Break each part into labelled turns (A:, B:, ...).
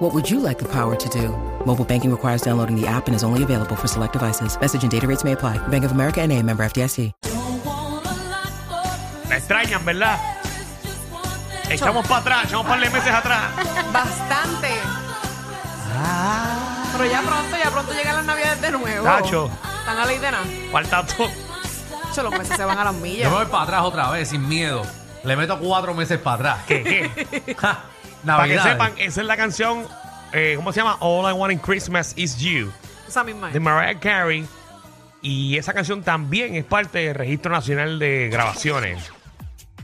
A: What would you like the power to do? Mobile banking requires downloading the app and is only available for select devices. Message and data rates may apply. Bank of America and a member FDIC.
B: La extrañan, ¿verdad? Echamos para atrás, echamos un par de meses atrás.
C: Bastante. Pero ya pronto, ya pronto llegan las navidades de nuevo.
B: Tacho.
C: Están a la idea.
B: Falta todo.
C: Los meses pues, se van a las
D: Yo me
C: millas.
D: voy para atrás otra vez, sin miedo. Le meto cuatro meses para atrás.
B: ¿Qué, qué?
D: Ja,
B: Para que
D: Navidades.
B: sepan, esa es la canción, eh, ¿cómo se llama? All I Want in Christmas is You,
C: Esa misma. es.
B: de Mariah Carey. Y esa canción también es parte del Registro Nacional de Grabaciones.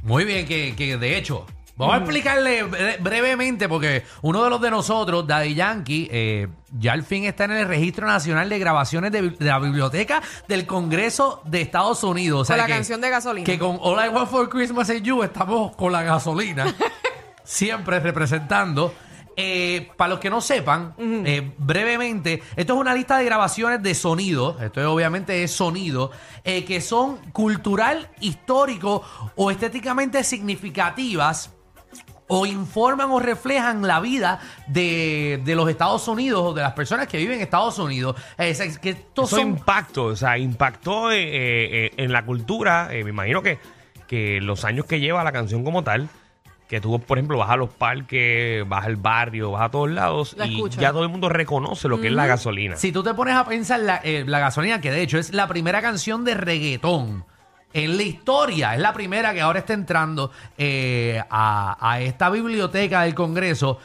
D: Muy bien, que, que de hecho, vamos
C: Mm.
D: a explicarle bre- brevemente, porque uno de los de nosotros, Daddy Yankee, eh, ya al fin está en el Registro Nacional de Grabaciones de, Bi- de la Biblioteca del Congreso de Estados Unidos. O sea
C: Con la
D: que-
C: canción de gasolina.
D: Que con All I Want for Christmas is You estamos con la gasolina, siempre representando. Eh, para los que no sepan, eh, brevemente, esto es una lista de grabaciones de sonido, esto es, obviamente es sonido, eh, que son cultural, histórico o estéticamente significativas o informan o reflejan la vida de, de los Estados Unidos o de las personas que viven en Estados Unidos. Eh, es que estos
B: Eso
D: son
B: impacto, o sea, impactó eh, eh, eh, en la cultura. eh, me imagino que, que los años que lleva la canción como tal, que tú, por ejemplo, vas a los parques, vas al barrio, vas a todos lados
C: La
B: y
C: escucha.
B: ya todo el mundo reconoce lo que es la gasolina.
D: Si tú te pones a pensar la, eh, la gasolina, que de hecho es la primera canción de reggaetón en la historia, es la primera que ahora está entrando eh, a, a esta biblioteca del Congreso,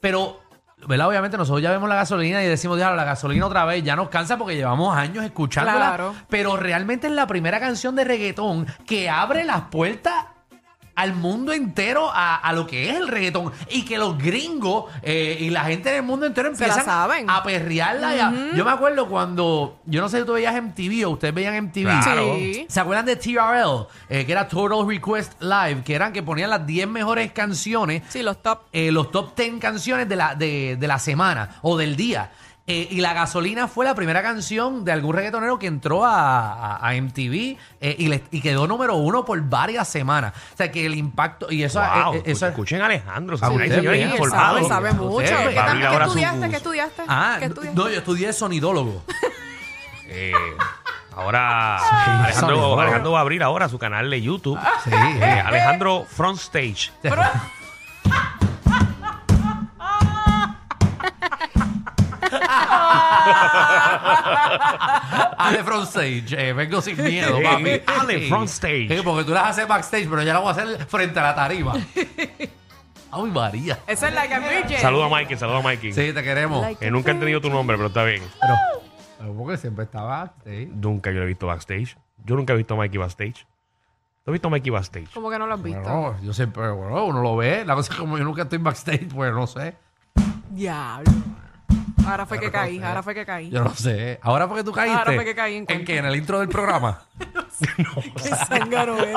D: pero... ¿verdad? Obviamente nosotros ya vemos la gasolina y decimos, diablo, la gasolina otra vez, ya nos cansa porque llevamos años escuchándola.
C: Claro.
D: Pero realmente es la primera canción de reggaetón que abre las puertas al mundo entero a, a lo que es el reggaetón y que los gringos eh, y la gente del mundo entero
C: Se la
D: empiezan
C: saben.
D: a perrearla. y a- Yo me acuerdo cuando, yo no sé si tú veías MTV o ustedes veían MTV.
B: Claro.
C: Sí.
D: ¿Se acuerdan de TRL? Eh, que era Total Request Live, que eran que ponían las 10 mejores canciones
C: Sí, los top.
D: eh, los top 10 canciones de la, de, de la semana o del día. Eh, y La Gasolina fue la primera canción de algún reggaetonero que entró a, a- a MTV eh, y, le- y quedó número uno por varias semanas. O sea, que el impacto... Y eso,
B: Wow,
D: eh, eh, eso-
B: escuchen a Alejandro,
D: Ah,
B: señores y
D: usted
B: señores,
D: bien,
B: informado.
C: sabe, sabe mucho.
D: Sí,
C: ¿Qué,
D: va a
C: tam-
B: abrir
C: qué
B: ahora su-
C: estudiaste? ¿Qué estudiaste?
D: Ah,
C: ¿Qué
D: no,
C: estudiaste?
D: no, yo estudié sonidólogo.
B: Eh, ahora Alejandro,
D: Sorry.
B: Alejandro va a abrir ahora su canal de YouTube.
D: Sí.
B: Eh, Alejandro Front Stage.
D: Ale front stage, eh, vengo sin miedo, papi.
B: Eh, Ale front stage.
D: Eh, porque tú las haces backstage, pero yo las voy a hacer frente a la tarima. Ay, María.
C: Esa es la que es virgen.
B: Saluda a Mikey, saluda a Mikey.
D: Sí, te queremos.
C: Like-
B: Eh, nunca he entendido tu nombre, pero está bien.
D: Pero, pero porque siempre está backstage.
B: Nunca yo lo he visto backstage. Yo nunca he visto a Mikey backstage. ¿Tú has visto a Mikey backstage?
C: ¿Cómo que no lo has visto?
D: Bueno, yo siempre, bueno, uno lo ve. La cosa es como yo nunca estoy backstage, pues no sé.
C: Diablo. Ahora fue que caí, ahora fue que caí.
D: Yo no sé. Ahora porque tú caíste.
C: Ahora fue que caí en
D: ¿En
C: cuenta.
D: qué? ¿En el intro del programa?
C: Qué zángano eres.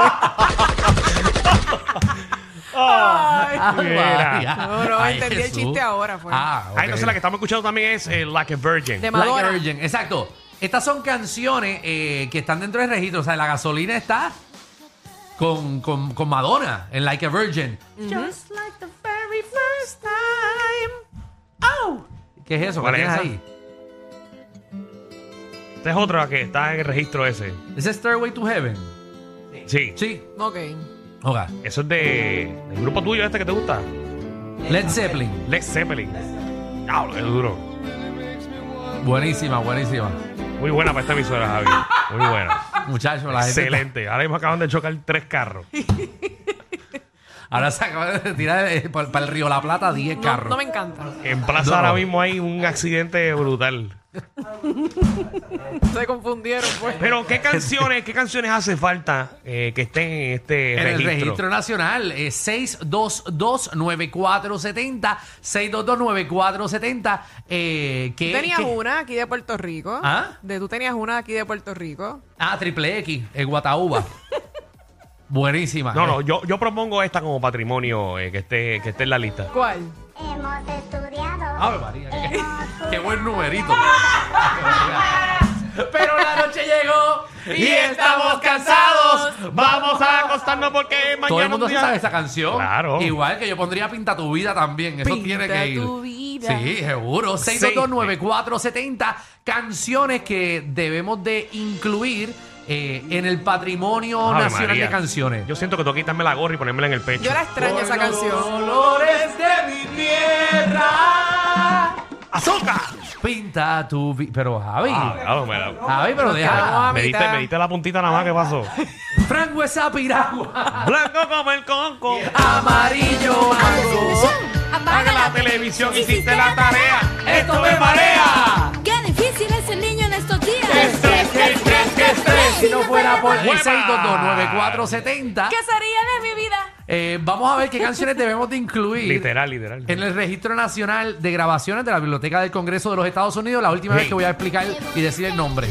C: Ay.
B: Mira.
C: No, no, entendí el chiste ahora, fue.
D: Ah, ok.
B: Ay, no sé, la que estamos escuchando también es eh, Like a Virgin.
C: De-
D: Like
C: Madonna.
D: a Virgin, exacto. Estas son canciones eh, que están dentro del registro. O sea, la gasolina está con, con, con Madonna en Like a Virgin. Just like the very first time. Oh. ¿Qué es eso? ¿Qué
B: ¿Cuál es
D: tienes
B: esa?
D: ahí?
B: Esta es otra que está en el registro ese.
D: ¿Es Stairway to Heaven?
B: Sí.
D: Sí.
C: Ok.
D: Ok.
B: Eso es de, del grupo tuyo este que te gusta.
D: Led Zeppelin.
B: Led Zeppelin. Diablo, es duro.
D: Buenísima, buenísima.
B: Muy buena para esta emisora, Javi. Muy buena.
D: Muchachos, la gente.
B: Excelente. Ahora mismo acaban de chocar tres carros.
D: Ahora se acaba de tirar para el Río La Plata 10
C: No,
D: carros.
C: no me encanta.
B: En plaza
D: No, no.
B: ahora mismo hay un accidente brutal.
C: Se confundieron, pues.
B: Pero, ¿qué canciones, qué canciones hace falta eh, que estén en este
D: En el
B: registro?
D: registro nacional, eh, 622-9470, 622-9470. Eh, ¿qué-
C: Tú tenías
D: qué?
C: una aquí de Puerto Rico.
D: ¿Ah?
C: De tú tenías una aquí de Puerto Rico.
D: Ah, Triple X, en Guatauba. Buenísima.
B: No, no,
D: Eh,
B: yo, yo propongo esta como patrimonio eh, que esté que esté en la lista.
C: ¿Cuál?
E: Hemos estudiado.
D: Ave María, qué, qué buen numerito. Pero la noche llegó
B: Vamos a acostarnos porque mañana.
D: Todo el mundo
B: un
D: se
B: día-
D: sabe esa canción.
B: Claro.
D: Igual que yo pondría Pinta tu vida también. Eso
C: Pinta
D: tiene que ir.
C: tu vida.
D: Sí, seguro. 6229470 canciones que debemos de incluir eh, en el patrimonio
B: Ave
D: nacional
B: María.
D: de canciones.
B: Yo siento que tengo que quitarme la gorra y ponérmela en el pecho.
C: Yo la extraño esa canción.
D: Colores de mi tierra. ¡Azúcar! Pinta tu vida. Pero Javi.
B: Ah, claro, me la-
D: Javi, pero
C: quedamos
D: deja.
C: a-
B: me, diste,
C: mitad.
B: me diste la puntita nada más que pasó.
D: Franco esa piragua.
B: Blanco como el conco.
D: Amarillo mango.
B: Apaga la televisión, hiciste la tarea. Esto me marea.
F: Qué difícil es el niño en estos días.
B: estrés, qué estrés, qué estrés!
D: Si no fuera por el
B: ¡Hueva!
D: 6229470,
F: ¿Qué sería de mi vida?
D: eh, vamos a ver qué canciones debemos de incluir
B: Literal, literal.
D: en el Registro Nacional de Grabaciones de la Biblioteca del Congreso de los Estados Unidos. La última
B: Sí.
D: vez que voy a explicar y decir el nombre.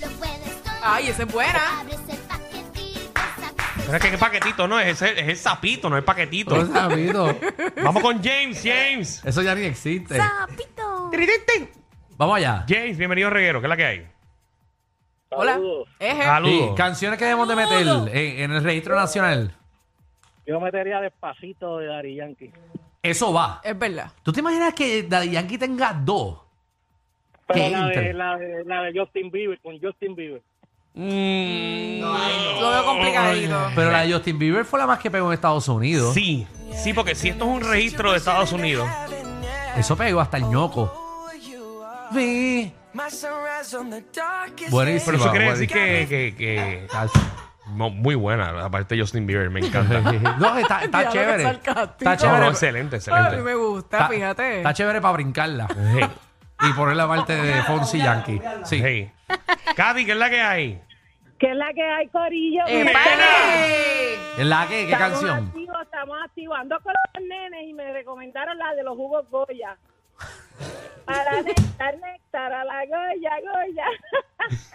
E: Lo puedes todo.
C: Ay, esa es buena.
E: Abres el paquetito, sacas
B: Pero es que qué paquetito, no, es el, es el sapito, no es paquetito.
D: Todo sabido.
B: Vamos con James, James.
D: Eso ya ni existe.
F: Zapito.
D: Vamos allá.
B: James, bienvenido a Reguero, ¿qué es la que hay?
C: Hola.
G: Saludos.
C: Eje.
D: Sí,
B: Saludos.
D: canciones que debemos de meter en, en el Registro Nacional.
G: Yo metería despacito de Dari Yankee.
D: Eso va.
C: Es verdad.
D: ¿Tú te imaginas que Daddy Yankee tenga dos?
G: Pero
D: ¿Qué
G: la de,
D: inter-
G: la, de, la de Justin Bieber, con Justin Bieber.
C: Lo veo complicadito.
D: Pero la de Justin Bieber fue la más que pegó en Estados Unidos.
B: Sí, sí, porque si esto es un registro de Estados Unidos,
D: Eso pegó hasta el ñoco. Sí.
B: pero
D: Buenísimo.
B: eso quiere decir que, que- que- no, muy buena, aparte de Justin Bieber, me encanta.
D: No, está, está
C: Diablo, qué
D: chévere.
C: sarcástico.
D: Está
B: No,
D: chévere.
B: no, excelente,
C: A mí
B: excelente.
C: me gusta,
D: Está-
C: fíjate.
D: Está chévere para brincarla.
B: Hey,
D: Y poner la parte de Fonsi Yankee. Sí.
B: hey. Katy, ¿qué es la que hay?
H: ¿Qué es la que hay, Corillo?
C: ¡Eh,
H: Mira,
C: padre!
D: ¿En la qué? ¿Qué
H: estamos
D: canción?
H: activos, estamos activos. Ando con los nenes y me recomendaron la de los jugos Goya. Para néctar, néctar, a la Goya,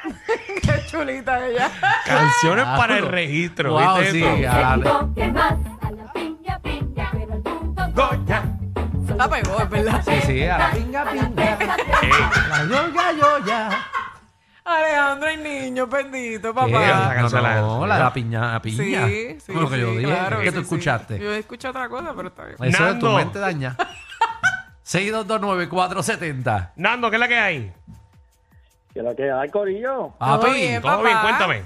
H: Goya.
C: ¡Qué chulita ella!
B: Canciones
D: Ah,
B: para el
D: wow.
B: registro,
D: Wow,
B: ¿viste
D: sí,
B: eso?
D: a la-
F: Coge más a la piña, piña, pero el mundo
B: Goya.
C: La pegó, Ah, pues, oh, es verdad.
D: Sí, sí, a la pinga, pinga. La yoga, yoya.
C: Alejandro, el niño, bendito,
D: ¿Qué?
C: papá.
B: Esa
D: No,
B: canción la-
D: no, la de la piña, la piña.
C: Sí, sí,
D: Fue lo que yo
C: sí,
D: dije.
C: claro,
D: ¿Qué
C: sí,
D: tú
C: sí.
D: escuchaste?
C: Yo escuché otra cosa, pero está bien.
D: Eso es tu
B: Nando.
D: mente daña. 6229470.
B: Nando, ¿qué es la que hay?
G: Que la que hay, Corillo.
C: Todo
D: Papi.
C: bien,
B: Todo bien,
C: papá.
B: cuéntame.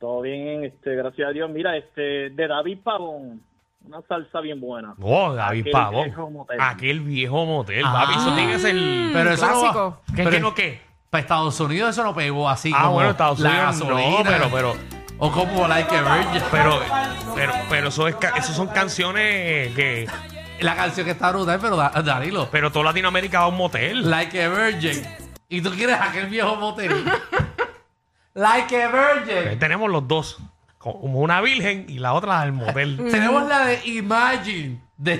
G: Todo bien, este, gracias a Dios. Mira, este, de David Pavón. Una salsa bien buena.
B: Oh, David
G: Aquel viejo
B: Pavón.
G: motel.
B: Aquel viejo motel,
D: Ah.
B: papi. Eso tiene que ser.
D: Pero eso no va.
C: Mm, clásico.
B: ¿Qué,
D: pero-
B: qué no qué?
D: Para Estados Unidos eso no pegó así
B: Ah,
D: como
B: bueno, Estados
D: la
B: Unidos no,
D: gasolina,
B: pero- pero-
D: o como Like a Virgin.
B: Pero, pero, pero eso es, ca- eso son canciones que.
D: La canción que está brutal, pero da- Danilo,
B: Pero toda Latinoamérica va a un motel.
D: Like a Virgin. Y tú quieres aquel viejo motel. like a
B: Ahí
D: Virgin.
B: Eh, tenemos los dos. Como una virgen y la otra al
C: Mm.
B: motel.
D: Tenemos la de Imagine de,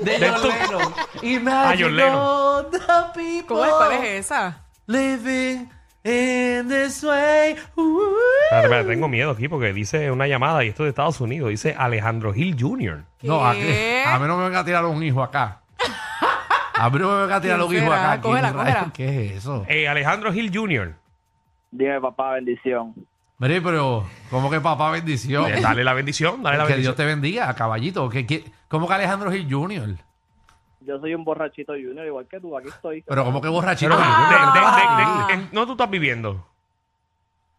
D: de,
B: De
D: John
B: tú.
D: Lennon. Imagine
B: John Lennon.
D: all the people
C: ¿Cómo es? ¿Cuál es esa?
D: living in this way. Uh-huh. Ooh.
B: Espérate, espérate, tengo miedo aquí porque dice una llamada y esto es de Estados Unidos. Dice Alejandro Gil Jr.
D: No, aquí,
C: ¿Qué?
D: a mí no me venga a tirar un hijo acá. A mí no me venga a tirar
C: ¿Quién
D: un hijo
C: será?
D: acá. aquí.
C: Cógela, cógela.
D: ¿Qué es eso?
B: Eh, Alejandro Gil Jr.
G: Dime, papá, bendición.
D: Mire, pero, ¿cómo que papá bendición?
B: Eh, dale la bendición, dale la
D: que
B: bendición.
D: Dios te bendiga, caballito. ¿Qué, qué- cómo que Alejandro Gil Jr.?
G: Yo soy un borrachito junior, igual que tú, aquí estoy.
D: Pero, ¿cómo que borrachito?
B: Pero,
D: Junior? Ah.
B: de- de- de- de- en- ¿No tú estás viviendo?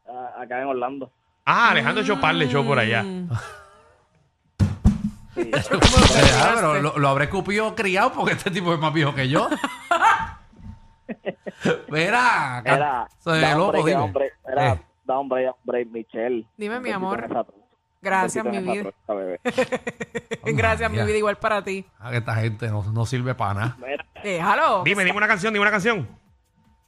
G: a- acá en Orlando.
B: Ah, Alejandro Chopal le echó por allá.
D: Mm. Ah, pero lo, lo habré escupido criado porque este tipo es más viejo que yo. Mira,
C: Eh,
I: Era,
D: soy
I: da
D: loco,
I: hombre,
D: dime.
I: da hombre, era,
D: Eh.
I: da hombre, da hombre, Michelle.
C: Dime, mi
I: Un besito
C: amor.
I: en esa trocha,
C: Gracias,
I: un
C: mi
I: besito en
C: vida.
I: esa trocha, bebé.
C: Gracias, mi
D: María.
C: vida, igual para ti.
D: Ah, que esta gente no, no sirve para nada.
C: Déjalo.
B: Dime, dime una canción, dime una canción.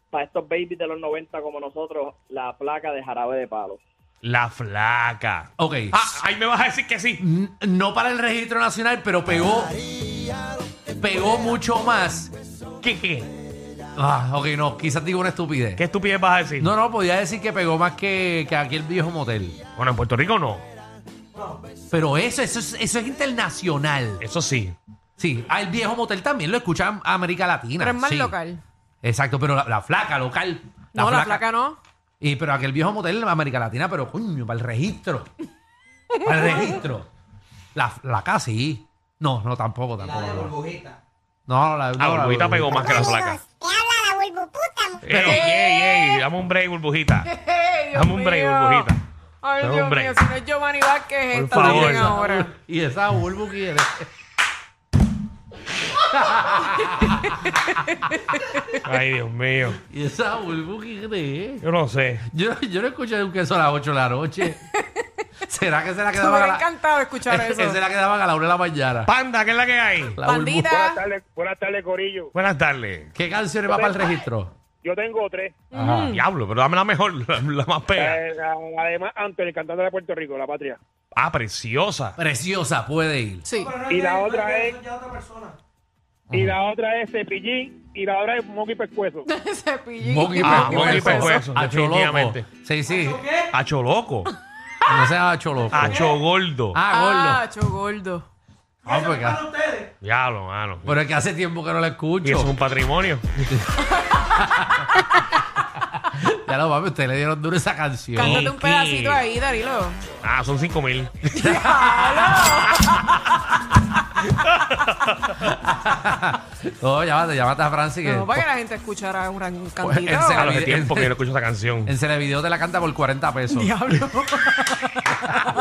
G: para estos babies de los 90 como nosotros, la placa de jarabe de palo.
B: La flaca.
D: Ok.
B: Ah, ahí me vas a decir que sí.
D: N- No para el registro nacional, pero pegó. Pegó mucho más.
B: ¿Qué, qué?
D: Ah, ok, no, quizás digo una estupidez.
B: ¿Qué estupidez vas a decir?
D: No, no, podía decir que pegó más que, que aquel viejo motel.
B: Bueno, en Puerto Rico no.
D: Pero eso, eso, es- eso es internacional.
B: Eso sí.
D: Sí, ah, el viejo motel también lo escucha América Latina.
C: Pero es más
D: sí.
C: local.
D: Exacto, pero la, la flaca local.
C: no, la placa no.
D: Y, pero aquel viejo motel en América Latina, pero coño, para el registro. Para el registro. La flaca sí. No, no, tampoco, tampoco. no. No, la,
B: Ah,
D: no, la
B: burbujita pegó más que la flaca.
E: Te habla la burbuputa, mujer.
B: Ey, ey, ey, dame un break, burbujita.
C: Hey, Dios
B: Dame un break,
C: mío.
B: burbujita.
C: Ay,
B: Dame un
C: Dios mío,
B: break.
C: si no es Giovanni Vázquez,
B: Por
C: esta también
B: favor.
C: ahora.
D: Y esa Bulbu quiere.
B: Ay, Dios mío.
D: Y esa Bulbu quiere.
B: Yo no sé.
D: Yo, yo no escuché un queso a las 8 de la noche. ¿Será que se
C: Me hubiera
D: la quedaban a la...
C: encantado escuchar eso.
D: Se la quedaban a la 1 de la mañana.
B: Panda, ¿qué es la que hay?
D: La Bulbu.
C: Bandita.
G: tardes, buenas tardes, Corillo.
B: Buenas tardes. Ah,
D: ¿Qué canciones va para el
C: Pues,
D: registro?
G: Yo tengo tres.
D: Ajá.
B: Diablo, pero dame la mejor, la, la más
G: Eh.
B: pega.
G: además, Anthony, cantante de Puerto Rico, la patria.
B: Ah, preciosa.
D: Preciosa, puede ir.
C: Sí.
G: Y la otra es. Y la otra es Cepillín. Y la otra es Monkey Pescuezo.
C: Cepillín.
D: Monkey
B: Ah,
D: Pescuezo.
B: Monkey Pescuezo,
D: Acho loco.
B: definitivamente.
D: Sí, sí.
B: Hacho loco.
D: No sea acho loco.
B: Hacho gordo.
D: Eh. Ah, gordo.
C: Ah, cho gordo.
D: Ah, pues, ca-
B: Diablo, mano.
D: Pero es que hace tiempo que no la
B: Y eso es
D: escucho.
B: un patrimonio.
D: Ya lo papi, ustedes le dieron duro esa canción.
C: Cántate un
B: ¿qué?
C: pedacito ahí, Darilo.
B: Ah, son 5 mil.
D: No, llámate, llámate a Franci que
C: No, para que la gente escuchara un
B: Pues,
C: gran
D: ese
B: A
C: cantidad.
D: era-
B: lo de tiempo que yo no escucho esa canción.
D: en Celevideo te la canta por 40 pesos.
C: Diablo.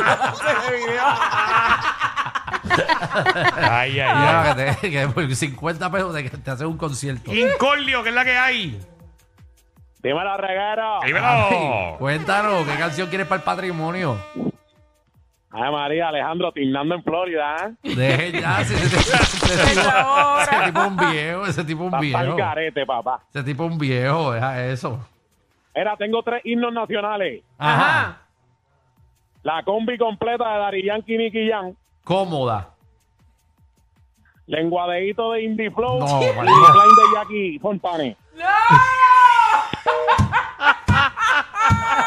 B: Ay, ay, ay.
D: Ya, que, te- que por 50 pesos te, te hace un concierto.
B: Incordio, ¿qué es la que hay?
G: la reguera.
D: Ah, Ay,
B: Dímelo.
D: cuéntanos, ¿qué canción quieres para el patrimonio?
G: Ay, María, Alejandro, tiznando en Florida. ¿eh?
D: Deje ya, ese, ese- ese- ese tipo, ese tipo un viejo, ese tipo un
G: Pa- pa'l
D: viejo.
G: carete, papá.
D: Ese tipo un viejo, deja eso.
G: Era, tengo tres himnos nacionales.
D: Ajá.
C: Ajá.
G: La combi completa de Dari Yankee y Nicky Jam.
D: Cómoda.
G: Lenguadeíto de Indie Flow.
D: No,
G: y
D: María.
G: el plan de Jackie Fontane.